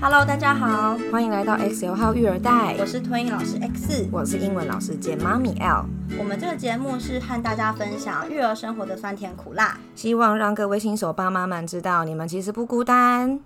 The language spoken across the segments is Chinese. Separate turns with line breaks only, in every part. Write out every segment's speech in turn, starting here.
Hello，大家好，
欢迎来到 XL 号育儿袋，
我是托婴老师 X，
我是英文老师兼妈咪 L，
我们这个节目是和大家分享育儿生活的酸甜苦辣。
希望让各位新手爸妈们知道你们其实不孤单。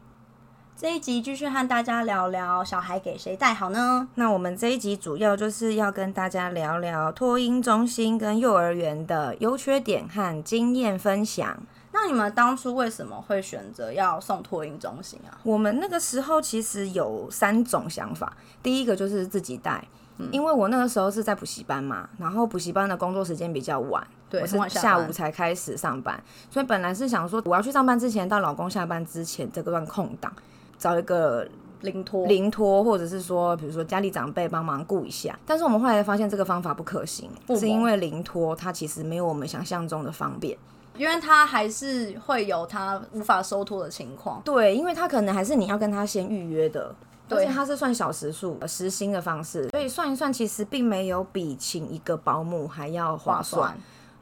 这一集继续和大家聊聊小孩给谁带好呢？
那我们这一集主要就是要跟大家聊聊托婴中心跟幼儿园的优缺点和经验分享。
那你们当初为什么会选择要送托婴中心啊？
我们那个时候其实有三种想法，第一个就是自己带，
嗯
因为我那个时候是在补习班嘛，然后补习班的工作时间比较晚，
对
我是
很晚下
下
班
午才开始上班，所以本来是想说我要去上班之前到老公下班之前这段空档。找一个
零托
零托，或者是说，比如说家里长辈帮忙顾一下。但是我们后来发现这个方法不可行，
不
是
谋
因为零托它其实没有我们想象中的方便。
因为他还是会有他无法收托的情况。
对，因为他可能还是你要跟他先预约的。而
对
且他是算小时数、呃时薪的方式，所以算一算，其实并没有比请一个保姆还要划算，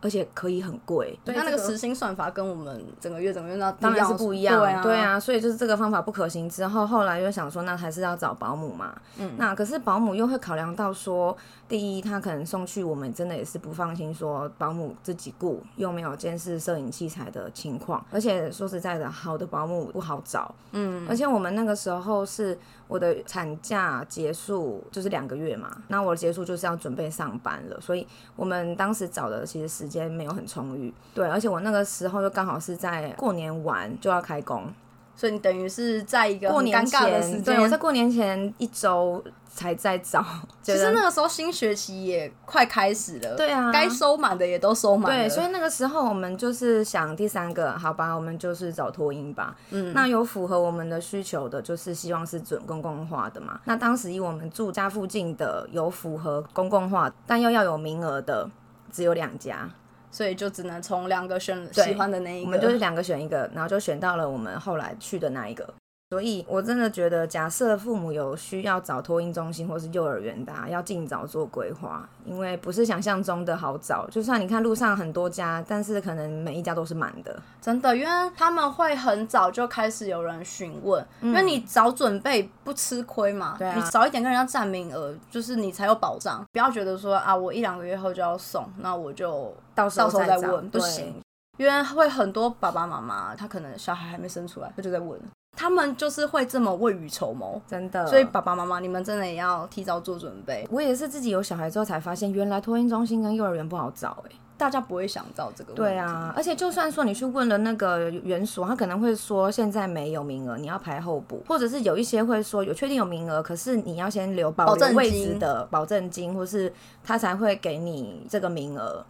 而且可以很贵。
对，
所
他
以
那
这
个时薪算法跟我们整个月整个月那
当然是不一样，
对啊，
对，啊，所以就是这个方法不可行。之后后来又想说，那还是要找保姆嘛。嗯，那可是保姆又会考量到说，第一，他可能送去我们真的也是不放心，说保姆自己雇又没有监视摄影器材的情况，而且说实在的，好的保姆不好找。嗯，而且我们那个时候是我的产假结束就是两个月嘛，那我的结束就是要准备上班了，所以我们当时找的其实时间没有很充裕，对，而且我那个时候就刚好是在过年完就要开工，
所以你等于是在一个很
过年
尴尬的时
前，
间
对，我在过年前一周才在找，
其
其
实那个时候新学期也快开始了，
对啊
该收满的也都收满了，
对，所以那个时候我们就是想第三个，好吧，我们就是找托婴吧。嗯，那有符合我们的需求的，就是希望是准公共化的嘛。那当时以我们住家附近的有符合公共化，但又要有名额的，只有两家。
所以就只能从两个选
对
喜欢的那一个。
我们就是两个选一个，然后就选到了我们后来去的那一个。所以，我真的觉得，假设父母有需要找托婴中心或是幼儿园的、啊，要尽早做规划，因为不是想象中的好找。就算你看路上很多家，但是可能每一家都是满的。
真的，因为他们会很早就开始有人询问，因为你早准备不吃亏嘛，
对啊
你早一点跟人家占名额，就是你才有保障。不要觉得说啊，我一两个月后就要送，那我就
到时
到
候
时候
再
再
找
问，不行。，因为会很多爸爸妈妈，他可能小孩还没生出来，他就在问，他们就是会这么未雨绸缪
对。真的。
所以爸爸妈妈，你们真的也要提早做准备，
我也是自己有小孩之后才发现，原来托婴中心跟幼儿园不好找、欸，
大家不会想到这个问题。
对，啊，而且就算说你去问了那个园所，他可能会说现在没有名额，你要排候补，或者是有一些会说有确定有名额，可是你要先留保
保
留
证
位
金
置的保证金，或是他才会给你这个名额。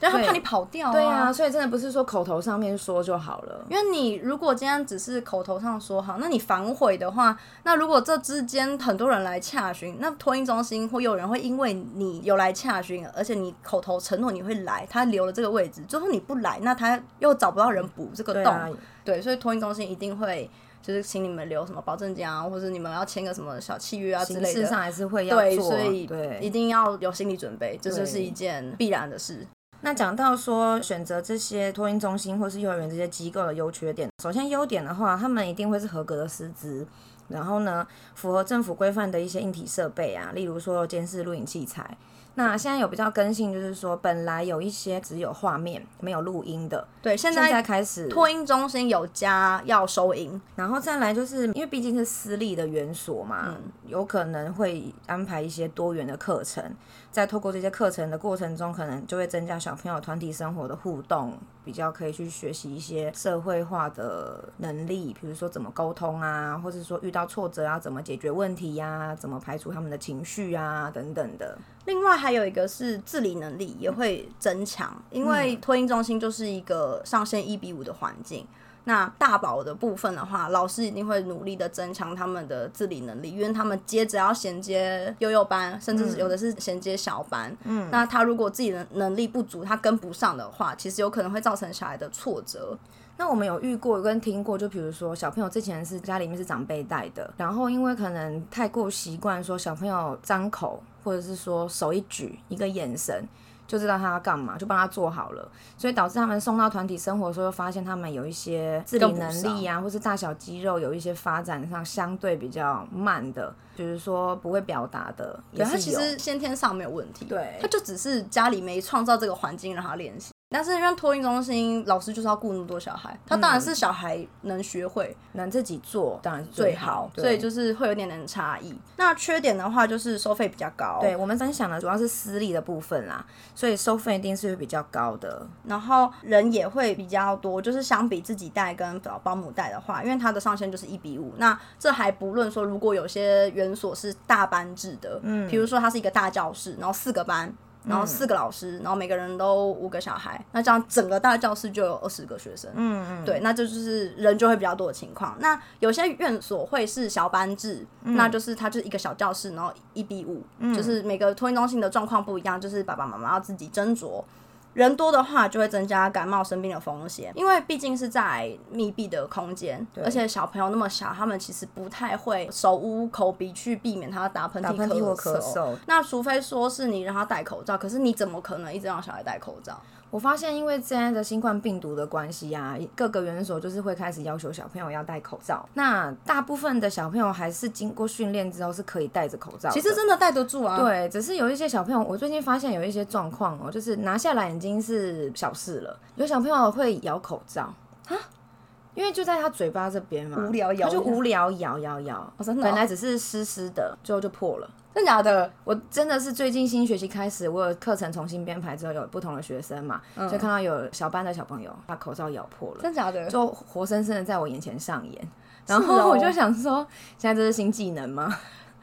对，他
对
怕你跑掉、
对啊，，所以真的不是说口头上面说就好了。
因为你如果今天只是口头上说好，那你反悔的话，那如果这之间很多人来洽询，那托婴中心或有人会因为你有来洽询，而且你口头承诺你会来，他留了这个位置，最后你不来，那他又找不到人补这个
对
洞，
啊，
对，所以托运中心一定会就是请你们留什么保证金啊，或者你们要签个什么小契约啊之
形
类
式
的。
上还是会要
对，
做
所
啊，
以
对，
一定要有心理准备，这就是
对
一件必然的事。
那讲到说选择这些托婴中心或是幼儿园这些机构的优缺点，首先优点的话，他们一定会是合格的师资，然后呢，符合政府规范的一些硬体设备啊，例如说监视录影器材。那现在有比较更新，就是说本来有一些只有画面没有录音的，
对，现
现
在
在开始
托婴中心有加要收银，
然后再来就是因为毕竟是私立的园所嘛，有可能会安排一些多元的课程，在透过这些课程的过程中，可能就会增加小朋友团体生活的互动，比较可以去学习一些社会化的能力，比如说怎么沟通啊，或者说遇到挫折啊，怎么解决问题呀、怎么排除他们的情绪啊等等的。
另外还有一个是自理能力也会增强，因为托婴中心就是一个上限一比五的环境。那大宝的部分的话，老师一定会努力的增强他们的自理能力，因为他们接着要衔接幼幼班，甚至是有的是衔接小班。嗯，那他如果自己的能力不足，他跟不上的话，其实有可能会造成小孩的挫折。
那我们有遇过跟听过，就比如说小朋友之前是家里面是长辈带的，然后因为可能太过习惯说小朋友张口或者是说手一举一个眼神，就知道他要干嘛，就帮他做好了，所以导致他们送到团体生活的时候，发现他们有一些自理
更不
能力啊，或是大小肌肉有一些发展上相对比较慢的，比如说不会表达的，也
对他
是
其
有
实先天上没有问题，
对
他就只是家里没创造这个环境让他练习。但是因为托运中心老师就是要顾那么多小孩，他当
嗯
然是小孩能学会
能自己做当然是
最
最
好
好，，
所以
对
就是会有点点差异。那缺点的话就是收费比较高，
对，我们分享的主要是私立的部分啦，所以收费一定是会比较高的。
然后人也会比较多，就是相比自己带跟保保姆带的话，因为它的上限就是一比五。那这还不论说，如果有些园所是大班制的，嗯，比如说它是一个大教室，然后四个班，然后四个老师，然后每个人都五个小孩，那这样整个大教室就有二十个学生，嗯嗯，对，那这就是人就会比较多的情况。那有些院所会是小班制，
嗯
那就是它就是一个小教室，然后一比五、就是每个托运中心的状况不一样，就是爸爸妈妈要自己斟酌。人多的话，就会增加感冒生病的风险，因为毕竟是在密闭的空间，而且小朋友那么小，他们其实不太会手捂口鼻去避免他打喷嚏、
打喷嚏或咳嗽
那除非说是你让他戴口罩，可是你怎么可能一直让小孩戴口罩？
我发现，因为现在的新冠病毒的关系啊，各个园所就是会开始要求小朋友要戴口罩。那大部分的小朋友还是经过训练之后是可以戴着口罩的。
其实真的戴得住啊。，
对，只是有一些小朋友，我最近发现有一些状况哦，就是拿下来已经是小事了。有小朋友会咬口罩啊，因为就在他嘴巴这边嘛，
无聊咬
他就
一下
无聊咬咬咬，
哦真的哦
本来只是湿湿的，最后就破了。
真假的？
我真的是最近新学期开始，我有课程重新编排之后，有不同的学生嘛，就看到有小班的小朋友把口罩咬破了，
真假的？
就活生生的在我眼前上演。然
哦
后我就想说，现在这是新技能吗？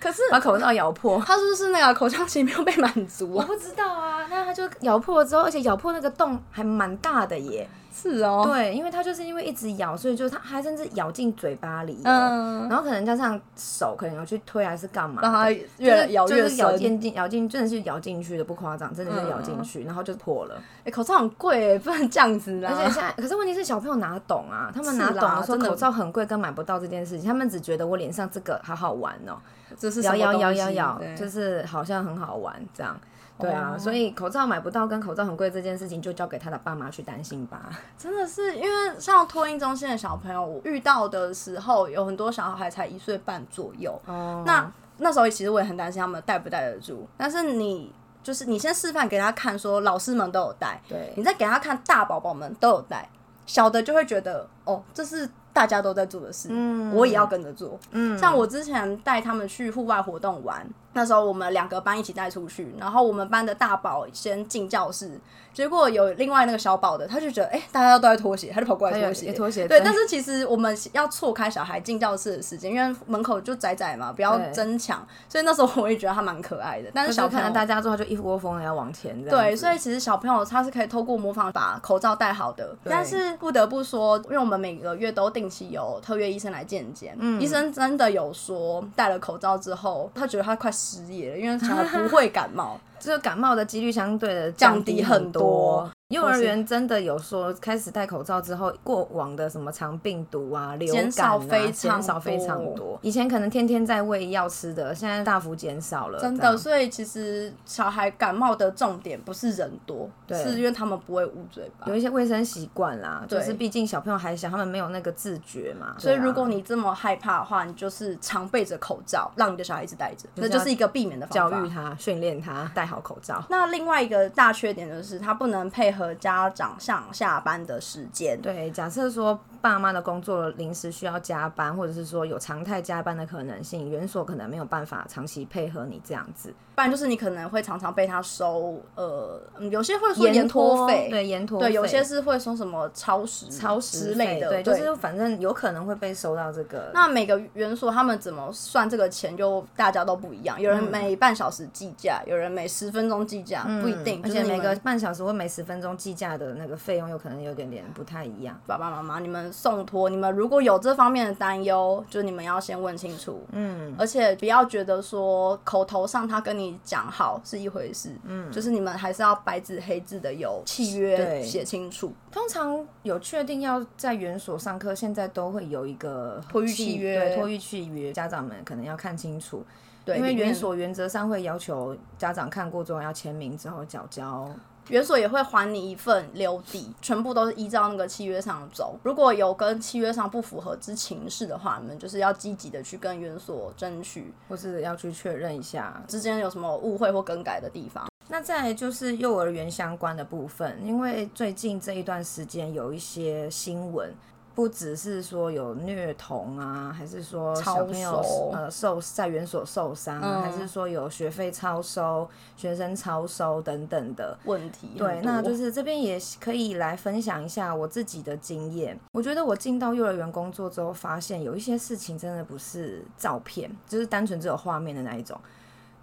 可是
把口罩咬破？
他是不是那个口腔期没有被满足
我
啊？
不知道啊。那他就咬破了之后，而且咬破那个洞还蛮大的耶。
是哦。
对，因为他就是因为一直咬，所以就他还甚至咬进嘴巴里、
嗯
嗯，然后可能加上手可能有去推还是干嘛的，
让他越
就是
咬越
就是咬
深，
进进咬进，真的是咬进去的，不夸张，真的是咬进去，然后就破了。
哎，口罩很贵，不能这样子啦。
而且现在，可是问题是小朋友哪懂啊？他们
是
哪懂
啦
说
真的
口罩很贵跟买不到这件事情？他们只觉得我脸上这个好好玩哦、
这是
摇
什么
摇
东
摇
西
摇摇，
对
就是好像很好玩这样。对啊，
哦
所以口罩买不到跟口罩很贵这件事情，就交给他的爸妈去担心吧。
真的是因为像托婴中心的小朋友，我遇到的时候有很多小孩才一岁半左右，
哦，
那那时候其实我也很担心他们带不带得住，但是你就是你先示范给他看，说老师们都有带，
对
你再给他看大宝宝们都有带，小的就会觉得哦，这是大家都在做的事，
嗯
我也要跟着做。嗯，像我之前带他们去户外活动玩，那时候我们两个班一起带出去，然后我们班的大宝先进教室，结果有另外那个小宝的，他就觉得哎、诶大家都在脱鞋，他就跑过来
还有
脱鞋，
拖鞋
对，但是其实我们要错开小孩进教室的时间，因为门口就窄窄嘛，不要
对
争抢。所以那时候我也觉得他蛮可爱的，但
就是是
小
小
朋
看
友
到大家之后，他就一窝蜂的要往前这样子。
对，所以其实小朋友他是可以透过模仿把口罩戴好的，
对
但是不得不说，因为我们每个月都定期有特约医生来健检，
嗯
医生真的有说戴了口罩之后，他觉得他快失业了，因为小孩不会感 冒，
这个感冒的几率相对的
降低
低
很多
多。幼儿园真的有说，开始戴口罩之后，过往的什么肠病毒啊、流感啊，
减少非常
减少非常
多
多。以前可能天天在喂药吃的，现在大幅减少了。
真
这
的。
样
所以其实小孩感冒的重点不是人多，
对啊
是因为他们不会捂嘴巴
有。一些卫生习惯啦，
啊对
就是毕竟小朋友还小，他们没有那个自觉嘛。
所以
对啊
如果你这么害怕的话，你就是常备着口罩，让你的小孩一直戴着，那
是要
就是一个避免的方
教
法。
育他、训练他戴好口 罩，
那另外一个大缺点就是，它不能配合家长上下班的时间。
对，假设说爸妈的工作临时需要加班，或者是说有常态加班的可能性，园所可能没有办法长期配合你这样子。
不然就是你可能会常常被他收，呃，嗯有些会说延托费，
对延托费，
对，有些是会说什么超时、
超
之
时
类的，
对，就是反正有可能会被收到这个。
那每个园所他们怎么算这个钱，就大家都不一样。有
嗯
人每半小时计价，有人每十分钟计价，不一定。
嗯而
就是
且
你
每
们
个半小时或每十分钟计价的那个费用，有可能有点点不太一样。
爸爸妈妈，你们送托，你们如果有这方面的担忧，就你们要先问清楚，嗯，而且不要觉得说口头上他跟你讲好是一回事，嗯，就是你们还是要白纸黑字的有契约
对
写清楚，
通常有确定要在园所上课，现在都会有一个
托育契约
对托育契约，家长们可能要看清楚，
对，
因为
里面
园所原则上会要求家长看过之后要签名之后缴交
园所也会还你一份留底，全部都是依照那个契约上走。如果有跟契约上不符合之情事的话，你们就是要积极的去跟园所争取
或是要去确认一下。
之间有什么误会或更改的地方。
那再来就是幼儿园相关的部分，因为最近这一段时间有一些新闻，不只是说有虐童啊，还是说小朋友
超收
呃受在园所受伤、
嗯
啊，还是说有学费超收、学生超收等等的。
问题很多。
对，那就是这边也可以来分享一下我自己的经验。我觉得我进到幼儿园工作之后，发现有一些事情真的不是照片，就是单纯只有画面的那一种。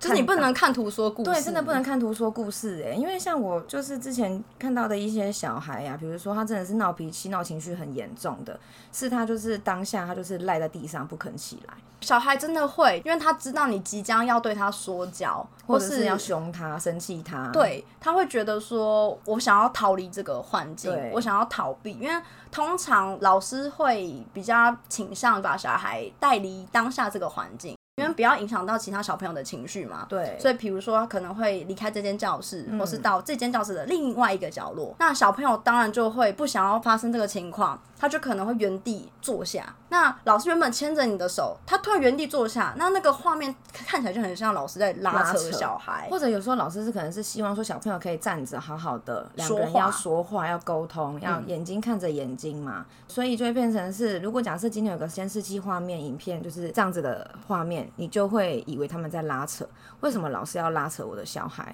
就是你
看
不
到
能看图说故事，
对，真的不能看图说故事哎、因为像我就是之前看到的一些小孩啊呀、比如说他真的是闹脾气、闹情绪很严重的，是他就是当下他就是赖在地上不肯起来，
小孩真的会，因为他知道你即将要对他说教，
或者
是
是要凶他、生气他。，
对，他会觉得说，我想要逃离这个环境
对，
我想要逃避，因为通常老师会比较倾向把小孩带离当下这个环境，因为不要影响到其他小朋友的情绪嘛。
对嗯
所以，比如说，他可能会离开这间教室，或是到这间教室的另外一个角落。那小朋友当然就会不想要发生这个情况，他就可能会原地坐下。那老师原本牵着你的手，他突然原地坐下，那那个画面看起来就很像老师在拉
拉
扯
扯
小孩，
或者有时候老师是可能是希望说小朋友可以站着好好的，两个
说
人要
话嗯
说话、要沟通、要眼睛看着眼睛嘛，所以就会变成是，如果假设今天有个监视器画面、影片就是这样子的画面，你就会以为他们在拉扯。为什么老师要拉扯我的小孩？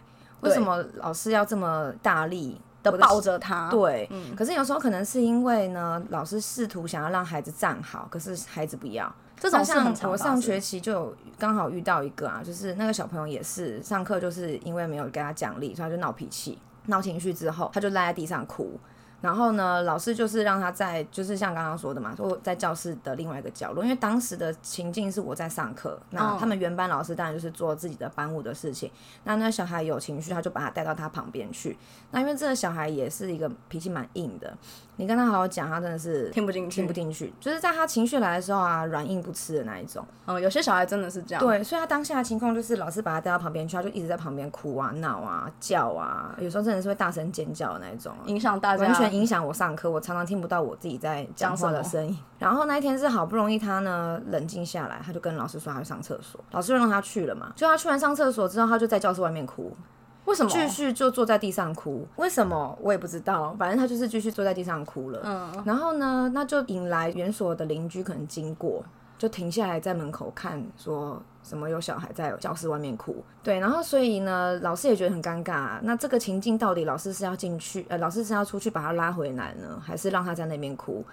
为
对
什么老师要这么大力
的嗯
我
抱着他。
对，可是有时候可能是因为呢，老师试图想要让孩子站好，可是孩子不要。
这
那
种是很
像
常
我
发
上
生
学期就有刚好遇到一个啊，就是那个小朋友也是上课就是因为没有给他奖励，所以他就闹脾气、闹情绪之后，他就赖在地上哭。然后呢，老师就是让他在，就是像刚刚说的嘛，说在教室的另外一个角落，因为当时的情境是我在上课，那
哦
他们原班老师当然就是做自己的班务的事情，那那小孩有情绪，他就把他带到他旁边去。那因为这个小孩也是一个脾气蛮硬的，你跟他好好讲，他真的是
听不进去，
听不进去，就是在他情绪来的时候啊，软硬不吃的那一种。
嗯，有些小孩真的是这样。，
对，所以他当下的情况就是老师把他带到旁边去，他就一直在旁边哭啊、闹啊、叫啊，有时候真的是会大声尖叫的那一种啊、
影响大家
完全影响我上课，我常常听不到我自己在讲话的声音。然后那一天是好不容易他呢冷静下来，他就跟老师说他要上厕所，老师就让他去了嘛。就他去完上厕所之后，他就在教室外面哭，
为什么？
继续就坐在地上哭，为什么我也不知道，反正他就是继续坐在地上哭了。
嗯
然后呢，那就引来园所的邻居可能经过，就停下来在门口看，说什么有小孩在教室外面哭。对，然后所以呢，老师也觉得很尴尬、那这个情境到底老师是要进去，呃，老师是要出去把他拉回来呢，还是让他在那边哭？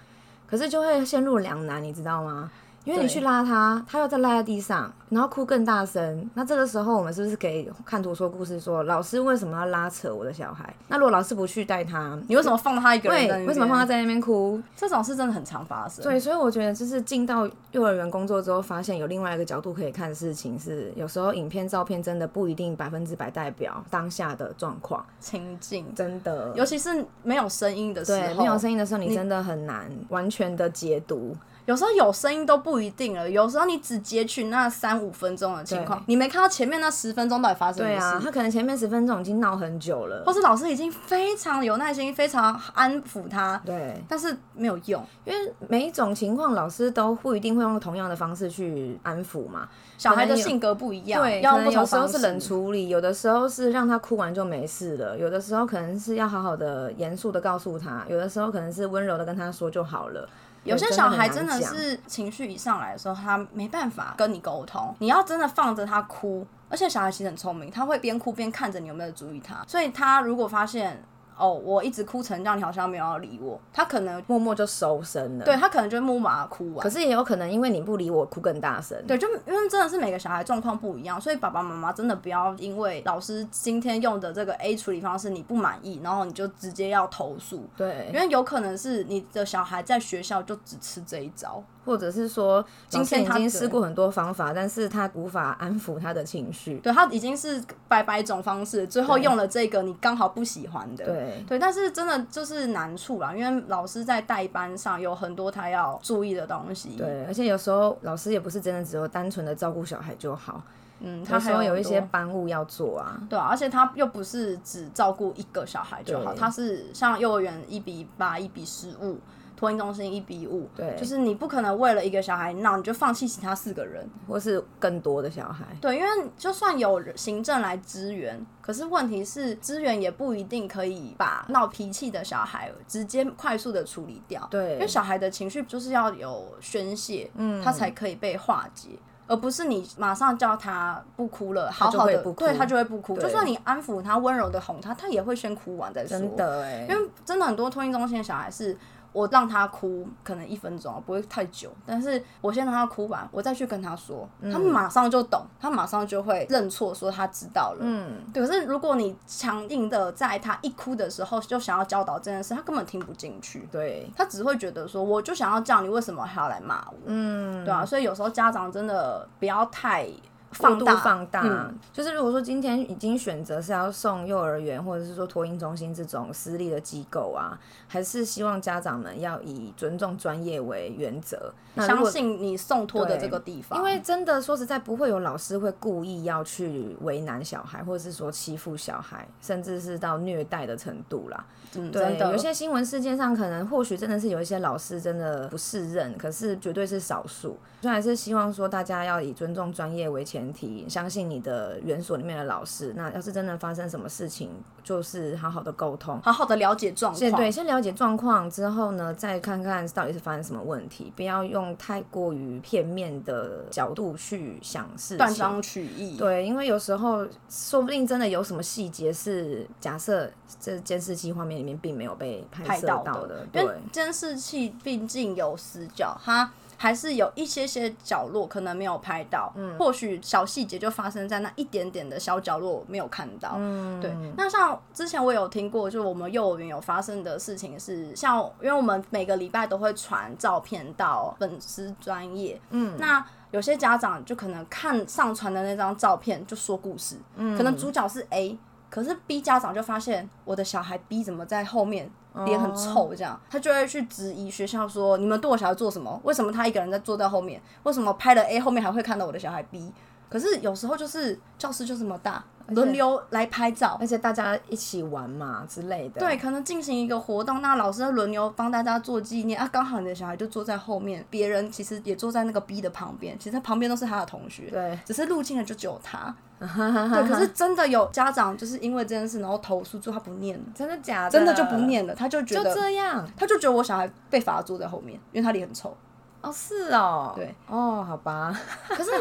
可是就会陷入两难，你知道吗？因为你
对
去拉他，他又在赖在地上，然后哭更大声。那这个时候，我们是不是可以看图说故事说老师为什么要拉扯我的小孩？那如果老师不去带他，
你为什么放他一个人在那
对，
边？
为什么放他在那边哭？
这种事真的很常发生。
对，所以我觉得就是进到幼儿园工作之后，发现有另外一个角度可以看事情是，有时候影片、照片真的不一定百分之百代表当下的状况，
情境，
真的。
尤其是没有声音的时候，
对，没有声音的时候，你真的很难完全的解读。
有时候有声音都不一定了。有时候你只截取那三五分钟的情况
对，
你没看到前面那十分钟到底发生
对
什
啊
么，
他
事。
可能前面十分钟已经闹很久了
或，是老师已经非常有耐心，非常安抚他，
对，
但是没有用。
因为每一种情况，老师都不一定会用同样的方式去安抚嘛。
小孩
可
的
能有
性格不一样，
对，
要
可
用不
能有
同
时候
方
是
式。
冷处理，有的时候是让他哭完就没事了，有的时候可能是要好好的、严肃的告诉他，有的时候可能是温柔的跟他说就好了。
有些
对
小孩真
很
的
难讲
是情绪一上来的时候，他没办法跟你沟通，你要真的放着他哭。而且小孩其实很聪明，他会边哭边看着你有没有注意他，所以他如果发现哦，我一直哭成这样，你好像没有要理我，他可能
默默就收声了。
对，他可能就会默默把它哭啊完
可。是也有可能因为你不理我，哭更大声。
对，就因为真的是每个小孩状况不一样，所以爸爸妈妈真的不要因为老师今天用的这个 A 处理方式你不满意，然后你就直接要投诉，因
对，
为有可能是你的小孩在学校就只吃这一招。
或者是说，今
天
天已
他
经
对
试过很多方法，但是他无法安抚他的情绪。
对他已经是百百种方式，最后
对
用了这个你刚好不喜欢的。
对
对，但是真的就是难处啦，因为老师在带班上有很多他要注意的东西。，
对，而且有时候老师也不是真的只有单纯的照顾小孩就好，
嗯，
有
他
时
还
候有一些
很多
班务要做啊，
对啊，而且他又不是只照顾一个小孩就好，
对
他是像幼儿园一比八、一比十五，托婴中心一比五，
对
就是你不可能为了一个小孩闹，你就放弃其他四个人。
或是更多的小孩。
对，因为就算有行政来支援，可是问题是支援也不一定可以把闹脾气的小孩直接快速的处理掉。
对
因为小孩的情绪就是要有宣泄，嗯，他才可以被化解。而不是你马上叫他不哭了，好
就
好
会
的，
不哭
对他就会不哭。就
对
算你安抚他，温柔的哄他，他也会先哭完再说。
真，的哎、
因为真的很多托婴中心的小孩是，我让他哭，可能一分钟不会太久，但是我先让他哭完，我再去跟他说，
嗯
他马上就懂，他马上就会认错，说他知道了。
嗯，
对，可是如果你强硬的在他一哭的时候就想要教导这件事，他根本听不进去。
对，
他只会觉得说，我就想要叫你，为什么还要来骂我？嗯，对啊，所以有时候家长真的不要太
过
放
度
大，
放大，
嗯
就是如果说今天已经选择是要送幼儿园或者是说托婴中心这种私立的机构啊，还是希望家长们要以尊重专业为原则。那如
相
果
信你送托的这个地方，
因为真的说实在，不会有老师会故意要去为难小孩，或者是说欺负小孩，甚至是到虐待的程度啦。
嗯
对
真，的
有些新闻事件上，可能或许真的是有一些老师真的不适任，可是绝对是少数。所以还是希望说大家要以尊重专业为前提，相信你的园所里面的老师。那要是真的发生什么事情，就是好好的沟通。
好好的了解状况，
先对，先了解状况之后呢，再看看到底是发生什么问题，不要用太过于片面的角度去想事
断
情。
章取义，
对，因为有时候说不定真的有什么细节是假设这监视器画面里面并没有被拍
拍
摄
到
到
的。
对
因为监视器毕竟有死角，它还是有一些些角落可能没有拍到，
嗯
或许小细节就发生在那一点点的小角落没有看到。
嗯
对。那像之前我有听过，就是我们幼儿园有发生的事情是，像因为我们每个礼拜都会传照片到粉丝专业，嗯，那。有些家长就可能看上传的那张照片就说故事，可能主角是 A，可是 B 家长就发现我的小孩 B 怎么在后面脸很臭这样，他就会去质疑学校说你们对我小孩做什么？为什么他一个人在坐在后面？为什么拍了 A 后面还会看到我的小孩 B？可是有时候就是教室就这么大，轮流来拍照
而。且大家一起玩嘛之类的。
对，可能进行一个活动，那老师轮流帮大家做纪念啊，刚好你的小孩就坐在后面，别人其实也坐在那个 B 的旁边，其实他旁边都是他的同学，
对，
只是入境的就只有 他。对，可是真的有家长就是因为这件事，然后投诉，说他不念了，
真的假的？
真的就不，念了，他就觉
就
得，
这样
他就觉得我小孩被罚坐在后面，因为他脸很臭。
哦，是哦，
对，
哦，好吧，
可是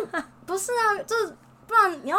不是啊，这不然你要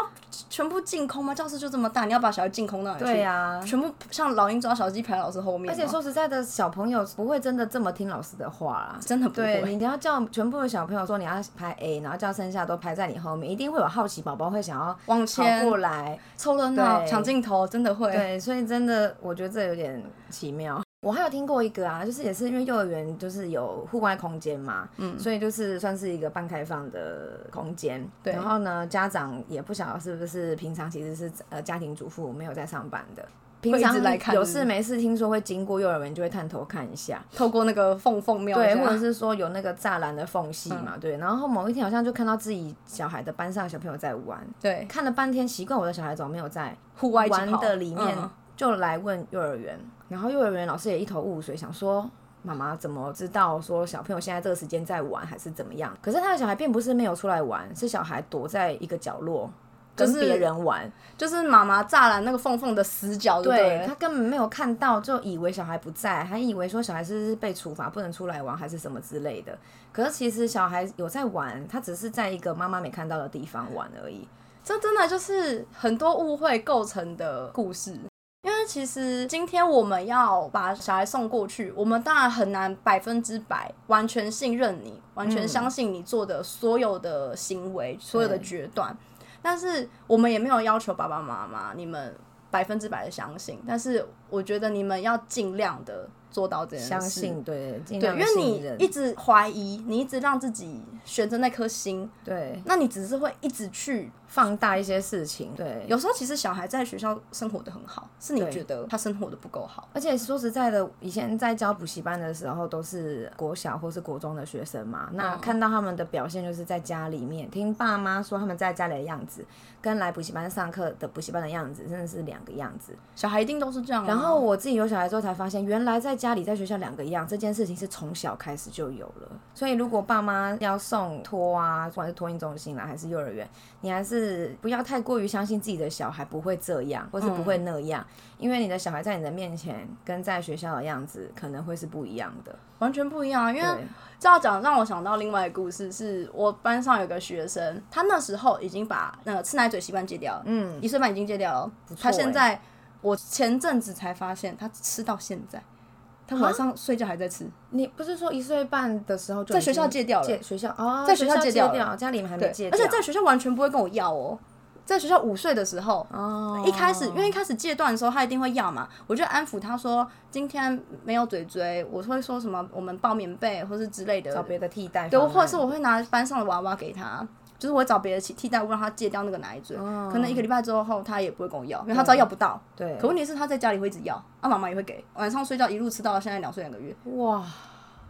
全部净空吗？教室就这么大，你要把小孩净空到哪里去？
对、呀、
全部像老鹰抓小鸡排老师后面吗。
而且说实在的，小朋友不会真的这么听老师的话啦。
真的不
对，
会，
你要叫全部的小朋友说你要拍 A，然后叫剩下都拍在你后面，一定会有好奇宝宝会想要
往
跑
前
过来。
凑热闹、
对
抢镜头，真的会。
对，所以真的，我觉得这有点奇妙。我还有听过一个啊，就是也是因为幼儿园就是有户外空间嘛，嗯，所以就是算是一个半开放的空间。
对
然后呢，家长也不晓得是不是平常其实是呃家庭主妇没有在上班的，平
会一直
常
来看
有
是不
事
是
没事听说会经过幼儿园就会探头看一下，
透过那个缝缝瞄一
对，
下
或者是说有那个栅栏的缝隙
嗯
嘛，对。然后某一天好像就看到自己小孩的班上小朋友在玩，
对
看了半天，奇怪我的小孩怎么没有在
户外一起
玩
跑
的里面
嗯，
就来问幼儿园，然后幼儿园老师也一头雾水，想说。妈妈怎么知道说小朋友现在这个时间在玩还是怎么样？可是他的小孩并不是没有出来玩，是小孩躲在一个角落
就
跟
是
别人玩。
就是妈妈栅栏那个缝缝的死角，对不
对
对
他根本没有看到，就以为小孩不在，还以为说小孩是不是被处罚不能出来玩还是什么之类的。可是其实小孩有在玩，他只是在一个妈妈没看到的地方玩而已。
这真的就是很多误会构成的故事。因为其实今天我们要把小孩送过去，我们当然很难百分之百完全信任你，完
嗯
全相信你做的所有的行为、所有的决断。但是我们也没有要求爸爸妈妈你们百分之百的相信，但是我觉得你们要尽量的做到这件事。
相信对，尽
对，
量
因为
信
你
任
一直怀疑，你一直让自己悬着那颗心，
对
那你只是会一直去。
放大一些事情，对，
有时候其实小孩在学校生活的很好，是你
对
觉得他生活的不够好。
而且说实在的，以前在教补习班的时候，都是国小或是国中的学生嘛。那看到他们的表现，就是在家里面听爸妈说他们在家里的样子，跟来补习班上课的补习班的样子，真的是两个样子。
小孩一定都是这样啊、
然后我自己有小孩之后才发现，原来在家里在学校两个样，这件事情是从小开始就有了。所以如果爸妈要送托啊，不管是托婴中心啦还是幼儿园，你还是不要太过于相信自己的小孩不会这样，或是不会那样，因为你的小孩在你的面前跟在学校的样子可能会是不一样的。
完全不一样啊，因为
对，
这样讲让我想到另外一个故事，是我班上有个学生，他那时候已经把那个吃奶嘴习惯戒掉了，嗯，一岁半已经戒掉了，他现
欸
在我前阵子才发现他吃到现在，他晚上睡觉还在吃，
你不是说一岁半的时候就
在
已经
学校戒掉了
戒学校哦，
在学
学
校戒
戒
掉了
掉，家里面还没戒
而
掉，
且在学校完全不会跟我要哦，在学校午睡的时候，
哦
一开始，因为一开始戒断的时候，他一定会要嘛，我就安抚他说，今天没有嘴嘴，我会说什么，我们抱棉被或是之类的，
找别的替代
对，
方
或者
案
是我会拿班上的娃娃给他，就是我会找别的替替代物让他戒掉那个奶嘴。可能一个礼拜之后，他也不会跟我要，因为他知道要不到。
哦对
可问题是他在家里会一直要，啊，妈妈也会给，晚上睡觉一路吃到现在两岁两个月。
哇。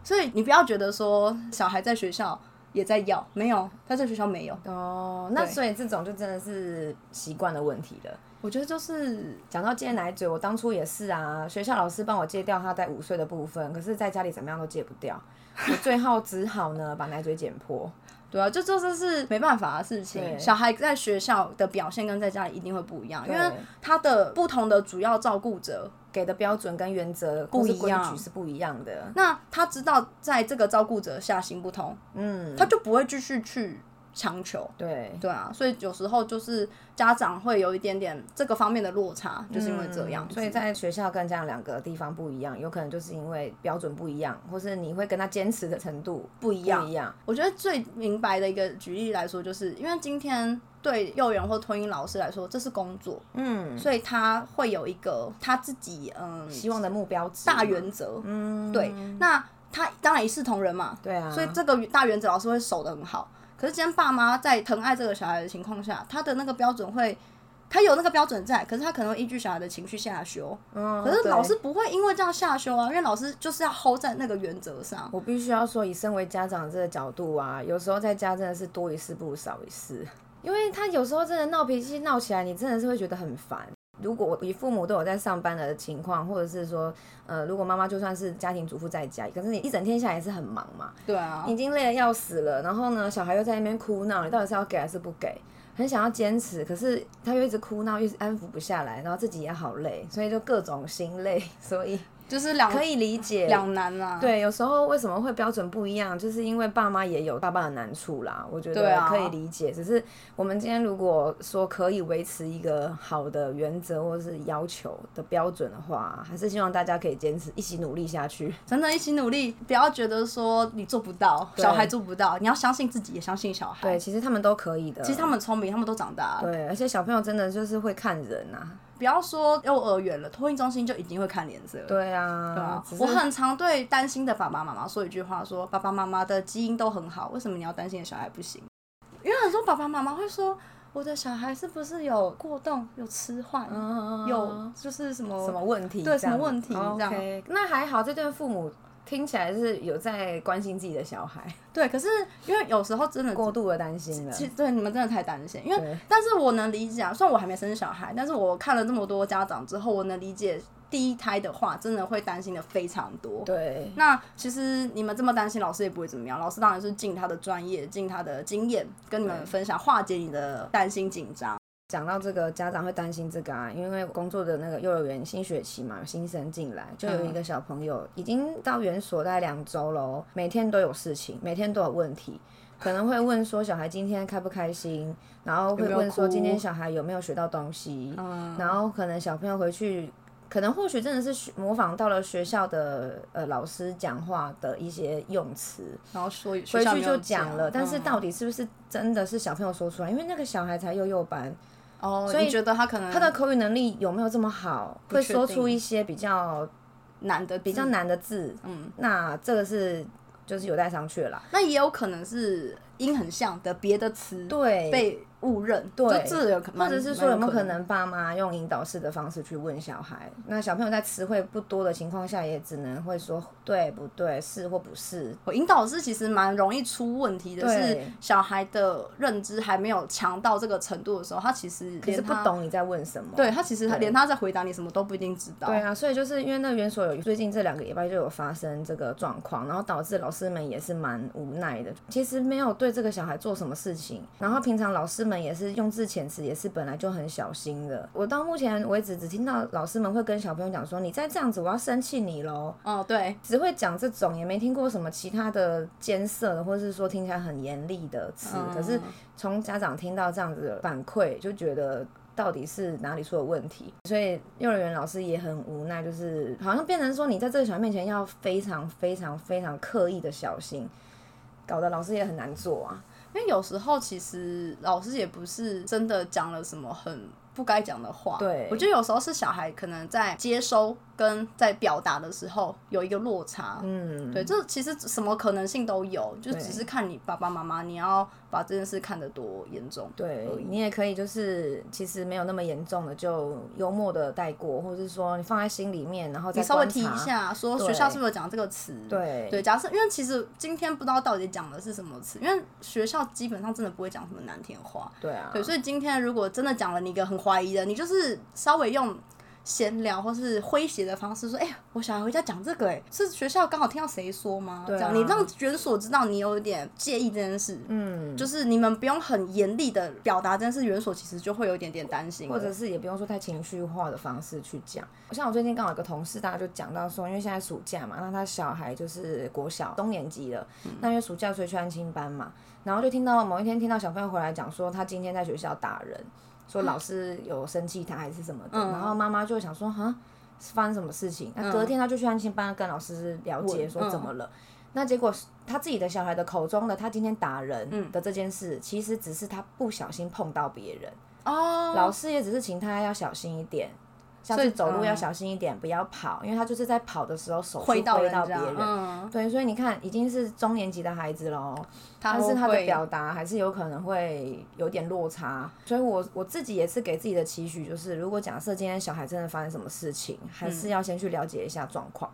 所以你不要觉得说小孩在学校也在要，没有，他在学校没有。
哦，那
对
所以这种就真的是习惯的问题了。
我觉得就是
讲到戒奶嘴，我当初也是啊，学校老师帮我戒掉他在午睡的部分，可是在家里怎么样都戒不掉，我最后只好呢把奶嘴剪破。
对啊，就就是是没办法的事情。
对
小孩在学校的表现跟在家里一定会不一样，因为
对
他的不同的主要照顾者
给的标准跟原则不
一样
矩是不一样的。
那他知道在这个照顾者下行不通，嗯，他就不会继续去强求。
对，
对啊，所以有时候就是家长会有一点点这个方面的落差，就是因为这样、
所以在学校跟家长两个地方不一样，有可能就是因为标准不一样，或是你会跟他坚持的程度
不一样
不一样。
我觉得最明白的一个举例来说，就是因为今天对幼儿园或托婴老师来说，这是工作，
嗯，
所以他会有一个他自己嗯
希望的目标值
大
嘛
原则，
嗯，
对，那他当然一视同仁嘛，
对啊，
所以这个大原则老师会守得很好。可是今天爸妈在疼爱这个小孩的情况下，他的那个标准会，他有那个标准在，可是他可能会依据小孩的情绪下修。
嗯，
可是
对
老师不会因为这样下修啊，因为老师就是要 hold 在那个原则上。
我必须要说，以身为家长这个角度啊，有时候在家真的是多一事不如少一事，因为他有时候真的闹脾气闹起来，你真的是会觉得很烦。如果我以父母都有在上班的情况，或者是说，呃，如果妈妈就算是家庭主妇在家，可是你一整天下来也是很忙嘛，
对啊
已经累得要死了，然后呢，小孩又在那边哭闹，你到底是要给还是不给？很想要坚持，可是他又一直哭闹，又一直安抚不下来，然后自己也好累，所以就各种心累，所以
就是两
可以理解。
哦两难啦、啊。
对，有时候为什么会标准不一样，就是因为爸妈也有爸爸的难处啦。我觉
对
得
啊
可以理解，只是我们今天如果说可以维持一个好的原则或是要求的标准的话，还是希望大家可以坚持，一起努力下去。
真的一起努力，不要觉得说你做不到，
对
小孩做不到，你要相信自己，也相信小孩。
对，，其实他们都可以的。
其实他们聪明，他们都长大了。
对，而且小朋友真的就是会看人啊呐、
不要说幼儿园了，托运中心就已经会看脸色了。
对啊，
对啊
只，是
我很常对担心的爸爸妈妈说一句话说爸爸妈妈的基因都很好，为什么你要担心的小孩不行？因为很多爸爸妈妈会说，我的小孩是不是有过动、有迟缓、
嗯
有就是什么
什么问题这
对
样？
什么问题这样
OK，那还好，这对父母听起来是有在关心自己的小孩，
对。可是因为有时候真的
过度的担心了。
其对你们真的太担心，因为
对
但是我能理解啊，虽然我还没生小孩，但是我看了这么多家长之后，我能理解第一胎的话，真的会担心的非常多。
对，
那其实你们这么担心，老师也不会怎么样。老师当然是尽他的专业，尽他的经验，跟你们
对
分享，化解你的担心紧张。
讲到这个，家长会担心这个啊，因为工作的那个幼儿园新学期嘛，有新生进来，就
嗯
有一个小朋友已经到园所大概两周喽，每天都有事情，每天都有问题，可能会问说小孩今天开不开心，然后会
有没有
问说
哭嗯
今天小孩有没有学到东西，然后可能小朋友回去。可能或许真的是学模仿到了学校的呃老师讲话的一些用词，
然后说回
回去就讲了，但是
到
到底是不是真的是小朋友说出来？因为那个小孩才幼幼班，
哦，
所以
你觉得他可能
他的口语能力有没有这么好？
不
会
确
说
定
出一些比较
难的
比较，难的字，
嗯，
那这个是就是有待商榷啦。
那也有可能是音很像的别的词嗯
对，
被误认，
对
就这有可
或者是说有
蛮
没有可
可？
能爸妈用引导式的方式去问小孩？那小朋友在词汇不多的情况下，也只能会说对不对、是或不是。
我引导是其实蛮容易出问题的，
对
是小孩的认知还没有强到这个程度的时候，他其实
可是
连
不
他，
懂你在问什么。
对他其实
对
连他在回答你什么都不一定知道。
对啊，所以就是因为那园所有最近这两个礼拜就有发生这个状况，然后导致老师们也是蛮无奈的。其实没有对这个小孩做什么事情，然后平常老师们也是用字遣词也是本来就很小心的。我到目前为止只听到老师们会跟小朋友讲说：“你再这样子，我要生气你喽。”
嗯，对，
只会讲这种，也没听过什么其他的艰涩的，或是说听起来很严厉的词。
嗯
可是从家长听到这样子的反馈，就觉得到底是哪里出了问题。所以幼儿园老师也很无奈，就是好像变成说你在这个小孩面前要非常非常非常刻意的小心，搞得老师也很难做啊。
因为有时候其实老师也不是真的讲了什么很不该讲的话。
对
我觉得有时候是小孩可能在接收跟在表达的时候有一个落差。
嗯，
对，这其实什么可能性都有，就
对
只是看你爸爸妈妈，你要把这件事看得多严重。
对你也可以，就是其实没有那么严重的，就幽默的带过，或者是说你放在心里面，然后再
你稍微
观
提
察
一。下，说
对
学校是不是有讲这个词？
对
对，假设因为其实今天不知道到底讲的是什么词，因为学校基本上真的不会讲什么难听话。
对啊，
对，所以今天如果真的讲了你一个很怀疑的，你就是稍微用闲聊或是诙谐的方式说：“哎、呀，我小孩回家讲这个、哎，是学校刚好听到谁说吗？”
对啊
这样你让园所知道你有点介意这件事。
嗯，
就是你们不用很严厉的表达这件事，园所其实就会有一点点担心了，
或者是也不用说太情绪化的方式去讲。像我最近刚好有个同事，大家就讲到说，因为现在暑假嘛，那他小孩就是国小中年级了，
嗯
那因为暑假所以去安亲班嘛，然后就听到某一天听到小朋友回来讲说，他今天在学校打人，说老师有生气他还是什么的，
嗯
然后妈妈就想说，哈，是发生什么事情？那隔天他就去安亲班跟老师了解
问嗯
说怎么了。那结果他自己的小孩的口中的他今天打
嗯
人的这件事，其实只是他不小心碰到别人，
哦，
老师也只是请他要小心一点，像
所以
是走路
嗯
要小心一点，不要跑，因为他就是在跑的时候手去
回到
挥
人
到
家，
别人。
嗯，
对，所以你看，已经是中年级的孩子喽，但是
会
他的表达还是有可能会有点落差。所以我我自己也是给自己的期许，就是如果假设今天小孩真的发生什么事情，还
嗯
是要先去了解一下状况。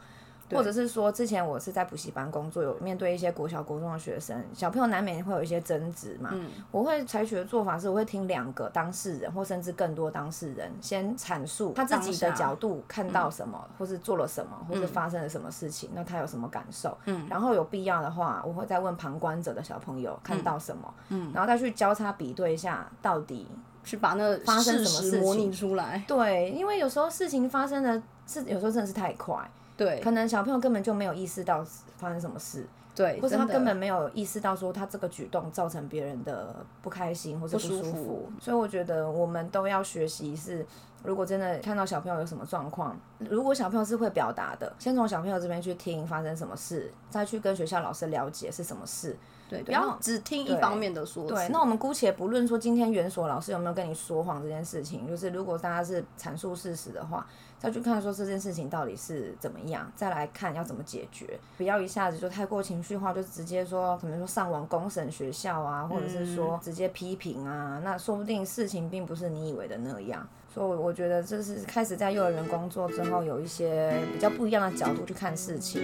或者是说，之前我是在补习班工作，有面对一些国小、国中的学生，小朋友难免会有一些争执嘛。我会采取的做法是，我会听两个当事人，或甚至更多当事人，先阐述他自己的
当下
角度看到什么，或是做了什么，或是发生了什么事情，那他有什么感受。嗯，然后有必要的话，我会再问旁观者的小朋友看到什么，嗯，然后再去交叉比对一下，到底
去把那个
发生什么
事实
事情
模拟出来，
对，因为有时候事情发生的是有时候真的是太快，
对
可能小朋友根本就没有意识到发生什么事，
对，
或者
真
他
的
根本没有意识到说他这个举动造成别人的不开心或者
不
不
舒
舒
服
服，所以我觉得我们都要学习是，如果真的看到小朋友有什么状况，如果小朋友是会表达的，先从小朋友这边去听发生什么事，再去跟学校老师了解是什么事。
对，不
然
要
后
只听一方面的说辞，
对，那我们姑且不论说今天园所老师有没有跟你说谎这件事情，就是如果大家是阐述事实的话，再去看说这件事情到底是怎么样，再来看要怎么解决，不要一下子就太过情绪化，就直接说可能说上网公审学校啊，或者是
嗯
说直接批评啊，那说不定事情并不是你以为的那样。所以我我觉得这是开始在幼儿园工作之后，有一些比较不一样的角度去看事情，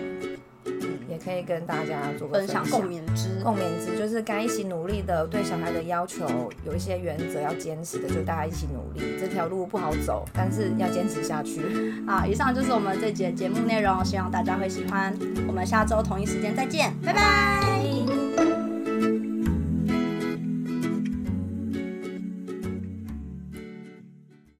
嗯，也可以跟大家做个
分享共勉之。
共勉之，就是该一起努力的，对小孩的要求有一些原则要坚持的，就大家一起努力。这条路不好走，但是要坚持下去。
啊，以上就是我们这节节目内容，希望大家会喜欢。我们下周同一时间再见，拜拜